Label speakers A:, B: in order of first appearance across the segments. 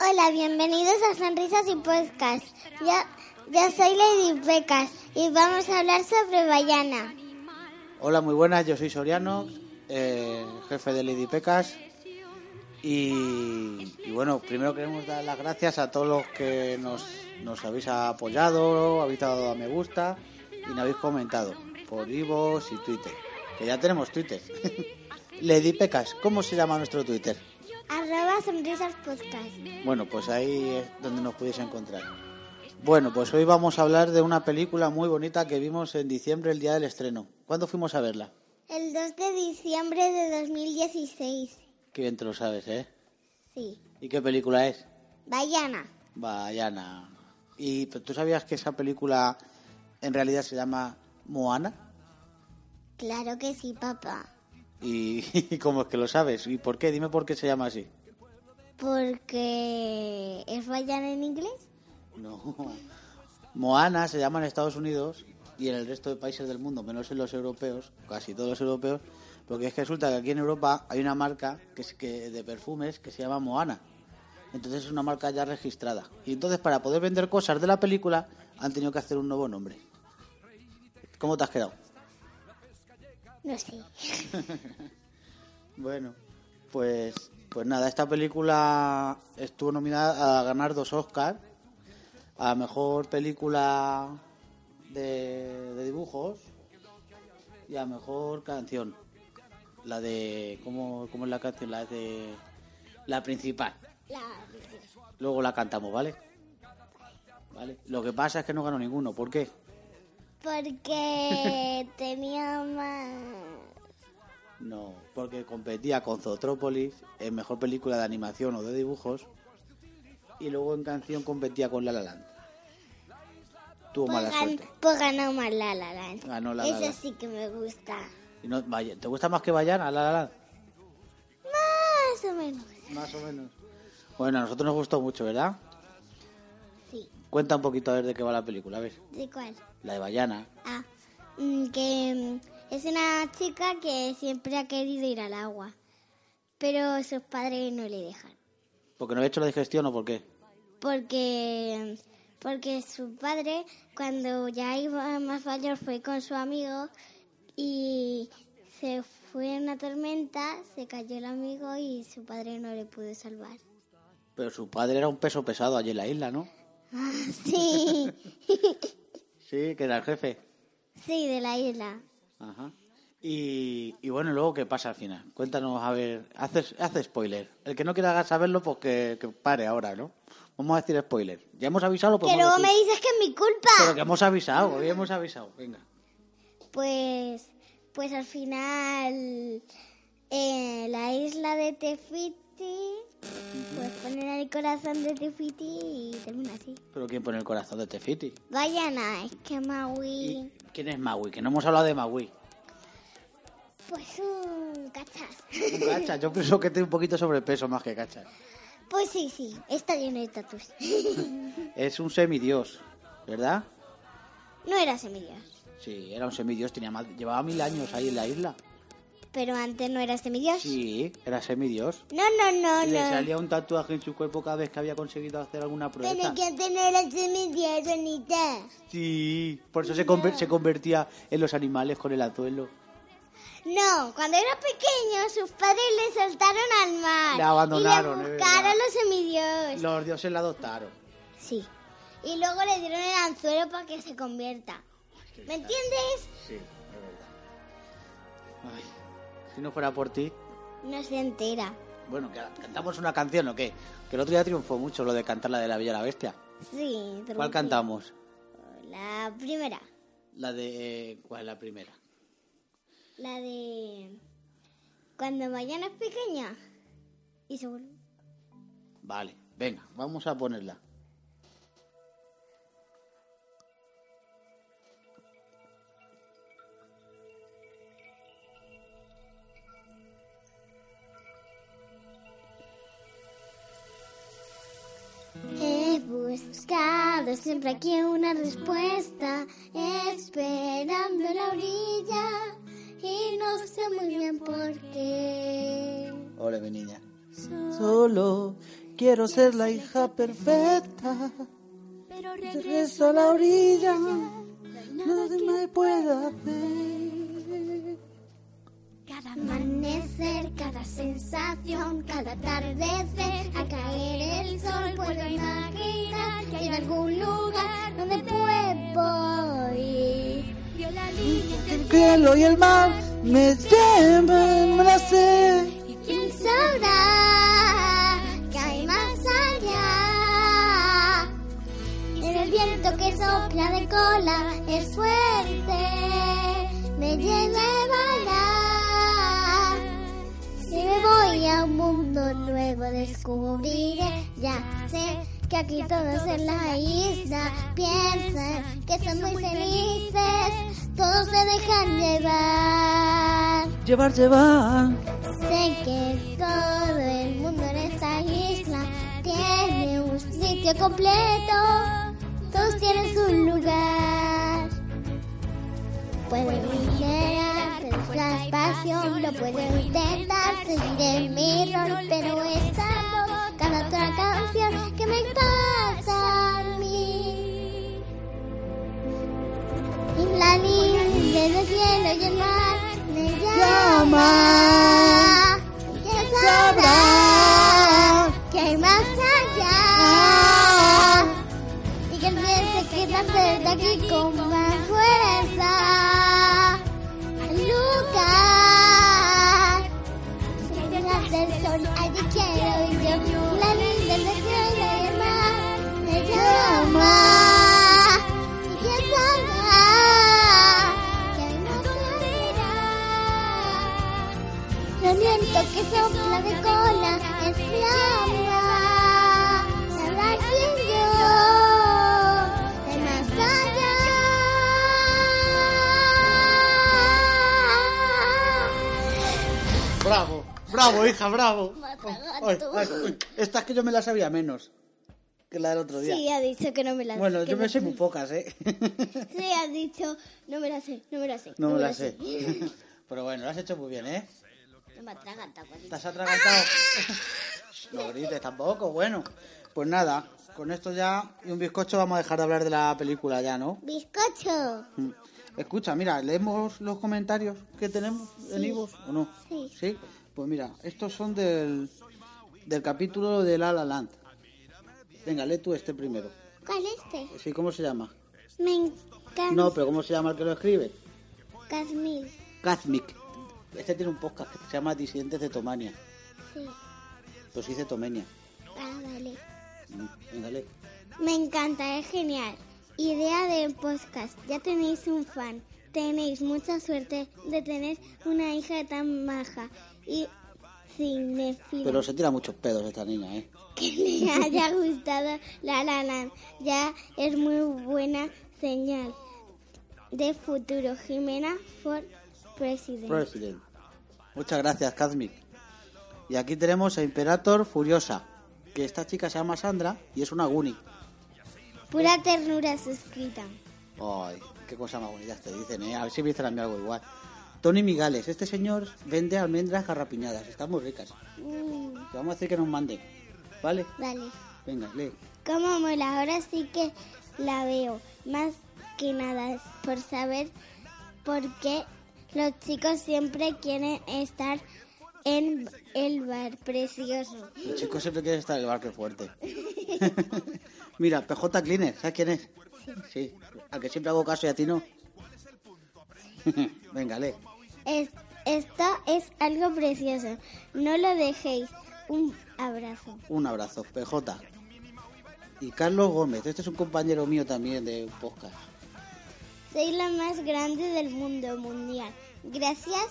A: Hola, bienvenidos a Sonrisas y Podcast. Yo, yo soy Lady Pecas y vamos a hablar sobre Bayana.
B: Hola, muy buenas, yo soy Soriano, eh, jefe de Lady Pecas. Y, y bueno, primero queremos dar las gracias a todos los que nos, nos habéis apoyado, habéis dado a me gusta y nos habéis comentado por Ivos y Twitter. Que ya tenemos Twitter. Lady Pecas, ¿cómo se llama nuestro Twitter?
A: Arroba Sonrisas Podcast.
B: Bueno, pues ahí es donde nos pudiese encontrar. Bueno, pues hoy vamos a hablar de una película muy bonita que vimos en diciembre, el día del estreno. ¿Cuándo fuimos a verla?
A: El 2 de diciembre de 2016.
B: Qué bien te lo sabes, ¿eh?
A: Sí.
B: ¿Y qué película es?
A: Bayana.
B: Bayana. ¿Y pero tú sabías que esa película en realidad se llama Moana?
A: Claro que sí, papá.
B: ¿Y, y cómo es que lo sabes? ¿Y por qué? Dime por qué se llama así.
A: Porque es Bayana en inglés.
B: No. Moana se llama en Estados Unidos y en el resto de países del mundo, menos en los europeos, casi todos los europeos, porque es que resulta que aquí en Europa hay una marca que es que de perfumes que se llama Moana. Entonces es una marca ya registrada. Y entonces para poder vender cosas de la película han tenido que hacer un nuevo nombre. ¿Cómo te has quedado?
A: No sé.
B: Bueno, pues, pues nada, esta película estuvo nominada a ganar dos Oscars. A mejor película de, de dibujos y a mejor canción. La de. ¿cómo, ¿Cómo es la canción? La de. La principal.
A: La...
B: Luego la cantamos, ¿vale? ¿Vale? Lo que pasa es que no ganó ninguno. ¿Por qué?
A: Porque tenía más...
B: No, porque competía con Zotrópolis en mejor película de animación o de dibujos y luego en canción competía con La La Land. Tuvo
A: Pues
B: mala
A: gan-
B: suerte.
A: pues ganó más la la Land.
B: Ganó La La
A: Eso
B: Land.
A: sí que me gusta.
B: Y no- Vaya- ¿Te gusta más que Bayana, La La Land?
A: Más o menos.
B: Más o menos. Bueno, a nosotros nos gustó mucho, ¿verdad?
A: Sí.
B: Cuenta un poquito a ver de qué va la película, a ver.
A: ¿De cuál?
B: La de Bayana.
A: Ah, mm, que mm, es una chica que siempre ha querido ir al agua, pero sus padres no le dejan.
B: ¿Porque no había hecho la digestión o por qué?
A: Porque, mm, porque su padre, cuando ya iba más mayor, fue con su amigo y se fue en una tormenta, se cayó el amigo y su padre no le pudo salvar.
B: Pero su padre era un peso pesado allí en la isla, ¿no?
A: Sí,
B: Sí, que era el jefe.
A: sí, de la isla.
B: Ajá. Y, y bueno, luego, ¿qué pasa al final? Cuéntanos, a ver, haces, hace spoiler. El que no quiera saberlo, pues que, que pare ahora, ¿no? Vamos a decir spoiler. Ya hemos avisado, pues...
A: Que luego me dices que es mi
B: Pero
A: culpa.
B: que hemos avisado, hoy hemos avisado. Venga.
A: Pues, pues al final, eh, la isla de Tefiti, pues ponen el corazón de Tefiti y termina así.
B: Pero ¿quién pone el corazón de Tefiti?
A: Vayana, es que Maui,
B: ¿Quién es Maui? Que no hemos hablado de Maui.
A: pues un cachas.
B: Un Gacha, yo pienso que tiene un poquito sobrepeso más que cachas.
A: Pues sí, sí, está lleno de tatus.
B: Es un semidios, ¿verdad?
A: No era semidios,
B: Sí, era un semidios, tenía más- llevaba mil años ahí en la isla.
A: pero antes no era semidios.
B: Sí, era semidios.
A: No, no, no,
B: Y le
A: no.
B: salía un tatuaje en su cuerpo cada vez que había conseguido hacer alguna
A: Pero
B: proeza.
A: que antes no era semidios, bonita.
B: Sí, por eso se, conver- se convertía en los animales con el anzuelo.
A: No, cuando era pequeño sus padres le saltaron al mar.
B: Le abandonaron,
A: Y
B: es
A: le
B: verdad.
A: buscaron los semidios.
B: Los dioses la adoptaron.
A: Sí. Y luego le dieron el anzuelo para que se convierta. ¿Me entiendes?
B: Sí, es verdad. Ay, si no fuera por ti,
A: No se entera.
B: Bueno, que cantamos una canción o qué? Que el otro día triunfó mucho lo de cantar la de la Bella y la Bestia.
A: Sí.
B: ¿Cuál
A: tranquilo.
B: cantamos?
A: La primera.
B: La de. eh, ¿Cuál es la primera?
A: La de... Cuando mañana es pequeña. Y se vuelve.
B: Vale, venga, vamos a ponerla.
A: He buscado siempre aquí una respuesta, esperando la orilla y no sé muy bien por qué.
B: Ole, mi niña. Solo quiero ser la hija perfecta.
C: Pero
B: Regreso a la orilla. Nada me pueda hacer.
C: cada
A: Amanecer, cada sensación, cada atardecer, a caer el sol, puedo imaginar que hay algún lugar donde puedo ir.
C: vio la línea entre el
B: El cielo y el mar me llevan a ser.
A: ¿Quién sabrá que hay más allá? En el viento que sopla de cola es fuerte, me llevará. Si me voy a un mundo nuevo descubriré, ya sé que aquí todos en la isla piensan que son muy felices, todos se dejan llevar.
B: Llevar, llevar.
A: Sé que todo el mundo en esta isla tiene un sitio completo. Todos tienen su lugar. Pueden liderar, pero la pasión lo puedo intentar. Seguiré mi rol, pero estamos cada otra canción que me encanta a mí. Y la niña desde el cielo y el mar me llama. ¿Quién sabrá que hay más allá? Y que el bien se queda cerca aquí con más fuerza. El lugar. Detrás del sol, allí quiero ir yo. La linda del cielo y el mar me llama. ¿Y quién sabrá que no será? El viento que sopla de cola es flama. Sabrá quién yo de más allá.
B: Bravo, bravo, hija, bravo.
A: Matagato.
B: Ay, ay, ay. Esta es que yo me la sabía menos que la del otro día.
A: Sí, ha dicho que no me la sé.
B: bueno,
A: que
B: yo me
A: no-
B: sé muy pocas, ¿eh?
A: Sí, ha dicho, no me la sé, no me la sé.
B: No me la sé. Pero bueno, lo has hecho muy bien, ¿eh?
A: No me atraganta, Juanito.
B: ¿Te has atragantado? No grites tampoco, bueno. Pues nada, con esto ya y un bizcocho vamos a dejar de hablar de la película ya, ¿no?
A: Bizcocho.
B: Mm. Escucha, mira, leemos los comentarios que tenemos en Ivos o no.
A: Sí.
B: Pues mira, estos son del, del capítulo de La La Land. Venga, lee tú este primero.
A: ¿Cuál este?
B: Sí, ¿cómo se llama?
A: Me encanta.
B: No, pero ¿cómo se llama el que lo escribe?
A: Casmil.
B: Kazmik. Este tiene un podcast que se llama Disidentes de Tomania.
A: Sí.
B: Pues dice Tomenia.
A: Ah, vale.
B: Mm, Venga, lee.
A: Me encanta, es genial. Idea de podcast. Ya tenéis un fan. Tenéis mucha suerte de tener una hija tan maja y cinefila.
B: Pero se tira muchos pedos esta niña, ¿eh?
A: que le haya gustado La La Land. Ya es muy buena señal de futuro. Jimena for President.
B: President. Muchas gracias, Kazmik. Y aquí tenemos a Imperator Furiosa, que esta chica se llama Sandra y es una Guni.
A: Pura ternura suscrita.
B: Ay, qué cosa más bonita te dicen, ¿eh? A ver si me dicen a mí algo igual. Tony Migales, este señor vende almendras garrapiñadas, están muy ricas.
A: Mm,
B: Le vamos a decir que nos manden, ¿vale?
A: vale.
B: Venga, lee.
A: Como mola, ahora sí que la veo. Más que nada es por saber por qué los chicos siempre quieren estar en el bar precioso.
B: El chico siempre quiere estar en el bar, qué fuerte. Mira, PJ Cleaner, ¿sabes quién es? Sí, al que siempre hago caso y a ti no. Venga, lee.
A: Es- esto es algo precioso. No lo dejéis. Un abrazo.
B: Un abrazo, PJ. Y Carlos Gómez, este es un compañero mío también de podcast.
A: Soy la más grande del mundo mundial. Gracias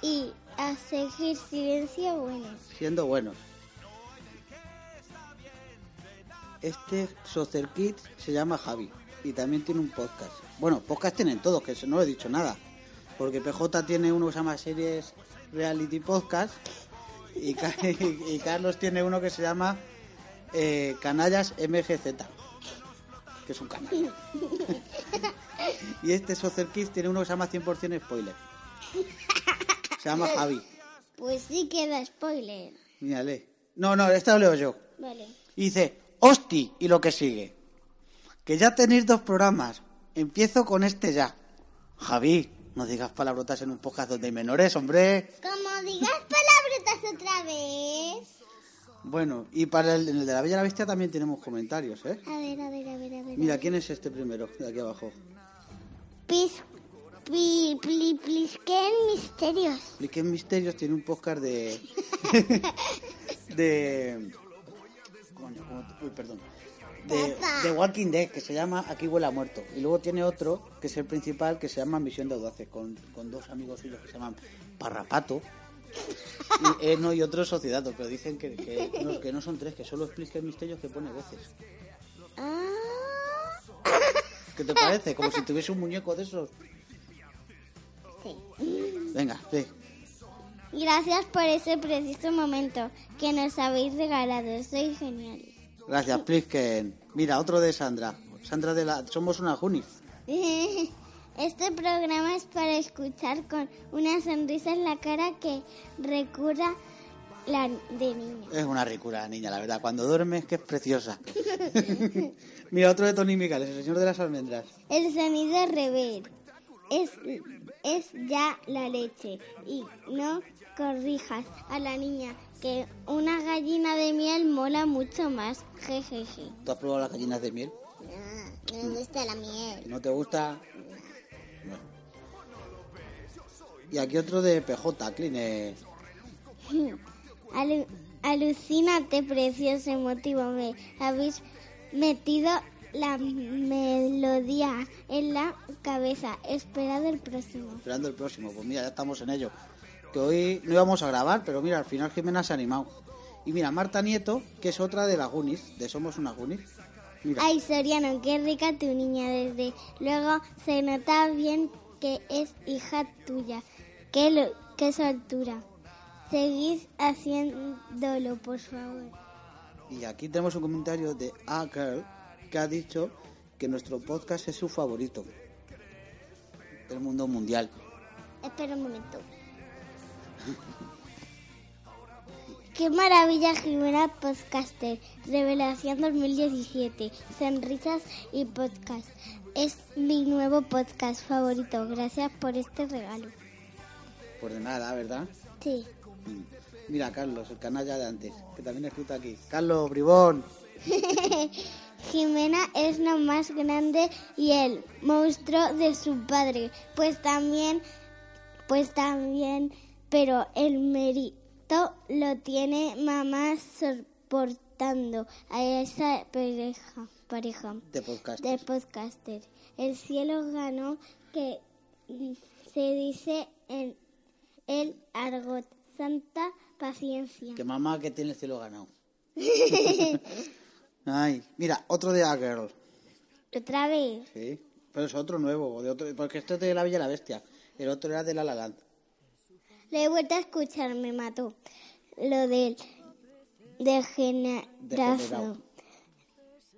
A: y a seguir silencio bueno.
B: Siendo buenos. este Soccer Kid se llama Javi y también tiene un podcast. Bueno, podcast tienen todos, que eso no lo he dicho nada. Porque PJ tiene uno que se llama Series Reality Podcast y, Ca- y- y Carlos tiene uno que se llama eh, Canallas MGZ, que es un canal. y este Soccer Kid tiene uno que se llama 100% Spoiler. Se llama Javi.
A: Pues sí que da spoiler.
B: Mírale. No, no, esta lo leo yo.
A: Vale.
B: Y dice, hosti, y lo que sigue. Que ya tenéis dos programas. Empiezo con este ya. Javi, no digas palabrotas en un podcast donde hay menores, hombre.
A: Como digas palabrotas otra vez.
B: Bueno, y para el, el de la Bella y la Bestia también tenemos comentarios, ¿eh?
A: A ver, a ver, a ver, a ver.
B: Mira, ¿quién es este primero de aquí abajo?
A: Pis, pi, pli, plisquen misterios.
B: Pliquen Misterios tiene un podcast de... de... Coño, ¿cómo te- uy, perdón. De,
A: Papá.
B: de Walking Dead, que se llama Aquí huele a muerto. Y luego tiene otro, que es el principal, que se llama Misión de Audaces, con, con dos amigos suyos que se llaman Parrapato. Y, eh, no, y otro Sociedad, pero dicen que, que no, que no son tres, que solo Pliquen Misterios que pone voces.
A: Ah,
B: ¿Qué te parece? Como si tuviese un muñeco de esos.
A: sí.
B: Venga, ve.
A: Gracias por ese preciso momento que nos habéis regalado. Soy genial.
B: Gracias, Plisken. Mira, otro de Sandra. Sandra de la... Somos una Junis.
A: Este programa es para escuchar con una sonrisa en la cara que recurra la de niño.
B: Es una ricura la niña, la verdad. Cuando duermes, que es preciosa. Mira, otro de Tony Migales, el señor de las almendras.
A: El sonido rever es, es ya la leche. Y no corrijas a la niña que una gallina de miel mola mucho más. Jejeje.
B: ¿Tú has probado las gallinas de miel?
A: No me gusta la miel.
B: ¿No te gusta? No. Y aquí otro de PJ, Cline.
A: Alu- alucínate, precioso emotivo. Me habéis metido la melodía en la cabeza. Esperad el próximo.
B: Esperando el próximo. Pues mira, ya estamos en ello. Que hoy no íbamos a grabar, pero mira, al final Jimena se ha animado. Y mira, Marta Nieto, que es otra de las Gunis, de Somos una Gunis. Mira.
A: Ay, Soriano, qué rica tu niña. Desde luego se nota bien que es hija tuya. Qué, lo- qué soltura. Seguid haciéndolo, por favor.
B: Y aquí tenemos un comentario de A Girl que ha dicho que nuestro podcast es su favorito del mundo mundial.
A: Espera un momento. Qué maravilla, Jimena Podcaster. Revelación 2017. Sonrisas y podcast. Es mi nuevo podcast favorito. Gracias por este regalo.
B: Pues de nada, ¿verdad?
A: Sí.
B: Mm. Mira, Carlos, el canalla de antes, que también escucha aquí. Carlos Bribón,
A: Jimena es la más grande y el monstruo de su padre. Pues también, pues también, pero el mérito lo tiene mamá soportando a esa pareja, pareja
B: de podcast.
A: de podcaster. El cielo ganó que mm, se dice en el argot. Santa paciencia.
B: Que mamá que tiene el cielo ganado. Ay, mira, otro de A Girl.
A: Otra vez.
B: Sí, pero es otro nuevo, o de otro, porque este es de La Bella y la Bestia. El otro era de La La Land.
A: Le he vuelto a escuchar, me mató. Lo del
B: Degenerado.
A: degenerado.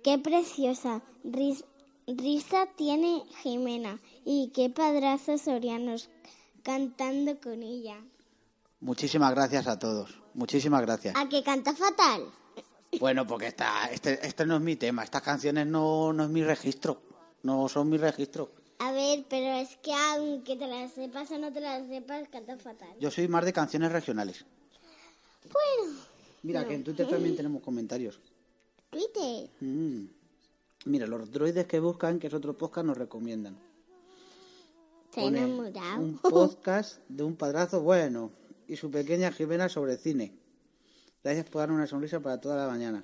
A: Qué preciosa ris- risa tiene Jimena y qué padrazos sorianos cantando con ella.
B: Muchísimas gracias a todos. Muchísimas gracias.
A: ¿A que canta fatal?
B: Bueno, porque esta, este, este no es mi tema, estas canciones no, no es mi registro, no son mi registro.
A: A ver, pero es que aunque te las sepas o no te las sepas, canta fatal.
B: Yo soy más de canciones regionales.
A: Bueno,
B: Mira, que en Twitter también tenemos comentarios.
A: Twitter.
B: Mm. Mira, los droides que buscan, que es otro podcast, nos recomiendan.
A: Se ha
B: Pone
A: enamorado.
B: Un podcast de un padrazo bueno y su pequeña Jimena sobre cine. Gracias por dar una sonrisa para toda la mañana.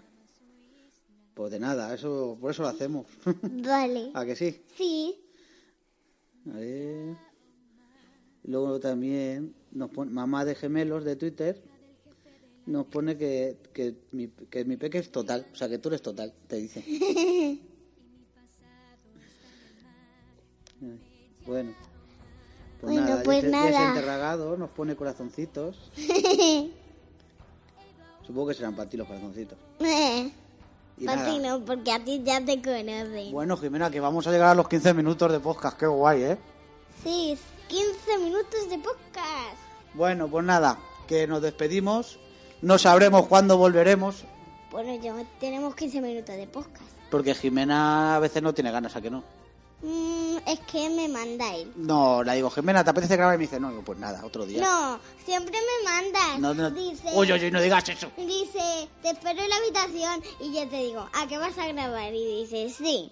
B: Pues de nada, eso, por eso lo hacemos.
A: Vale.
B: ¿A que sí?
A: Sí.
B: A ver. Luego también nos pone mamá de gemelos de Twitter nos pone que, que, mi, que mi peque es total, o sea, que tú eres total, te dice. bueno. Pues
A: Bueno,
B: nada,
A: pues
B: ya se- ya se
A: nada.
B: ha enterragado, nos pone corazoncitos. Supongo que serán para ti los corazoncitos. Y
A: Para
B: nada.
A: ti no, porque a ti ya te conocen.
B: Bueno, Jimena, que vamos a llegar a los 15 minutos de podcast, qué guay, ¿eh?
A: Sí, 15 minutos de podcast.
B: Bueno, pues nada, que nos despedimos. No sabremos cuándo volveremos,
A: Bueno, ya tenemos 15 minutos de podcast.
B: porque Jimena a veces no tiene ganas, ¿a que no?
A: Mm, es que me manda él.
B: No, la digo, Jimena, ¿te apetece grabar? Y me dice, no, digo, pues nada, otro día.
A: No, siempre me mandas.
B: No, no.
A: Dice,
B: Oye, oye, no digas eso.
A: dice, te espero en la habitación y yo te digo, ¿a qué vas a grabar? Y dice, sí.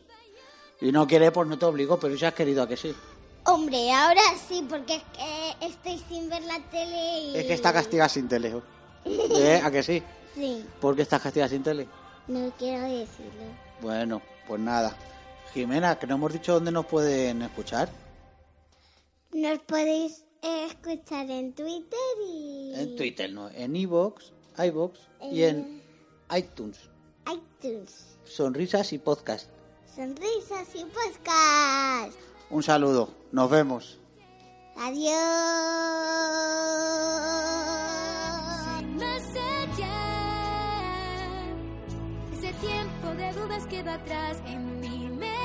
B: Y no quiere, pues no te obligo, pero si has querido a que sí.
A: Hombre, ahora sí, porque es que estoy sin ver la tele y...
B: Es que está castigada sin tele, jo. ¿Eh? ¿A que sí?
A: Sí,
B: ¿Por qué estás castigada sin tele?
A: no quiero decirlo.
B: Bueno, pues nada. Jimena, que no hemos dicho dónde nos pueden escuchar.
A: Nos podéis eh, escuchar en Twitter y...
B: En Twitter, ¿no? En iVoox, iVoox y en iTunes.
A: iTunes.
B: Sonrisas y podcast.
A: Sonrisas y podcast.
B: Un saludo. Nos vemos.
A: Adiós.
C: Más allá, ese tiempo de dudas queda atrás en mi mente.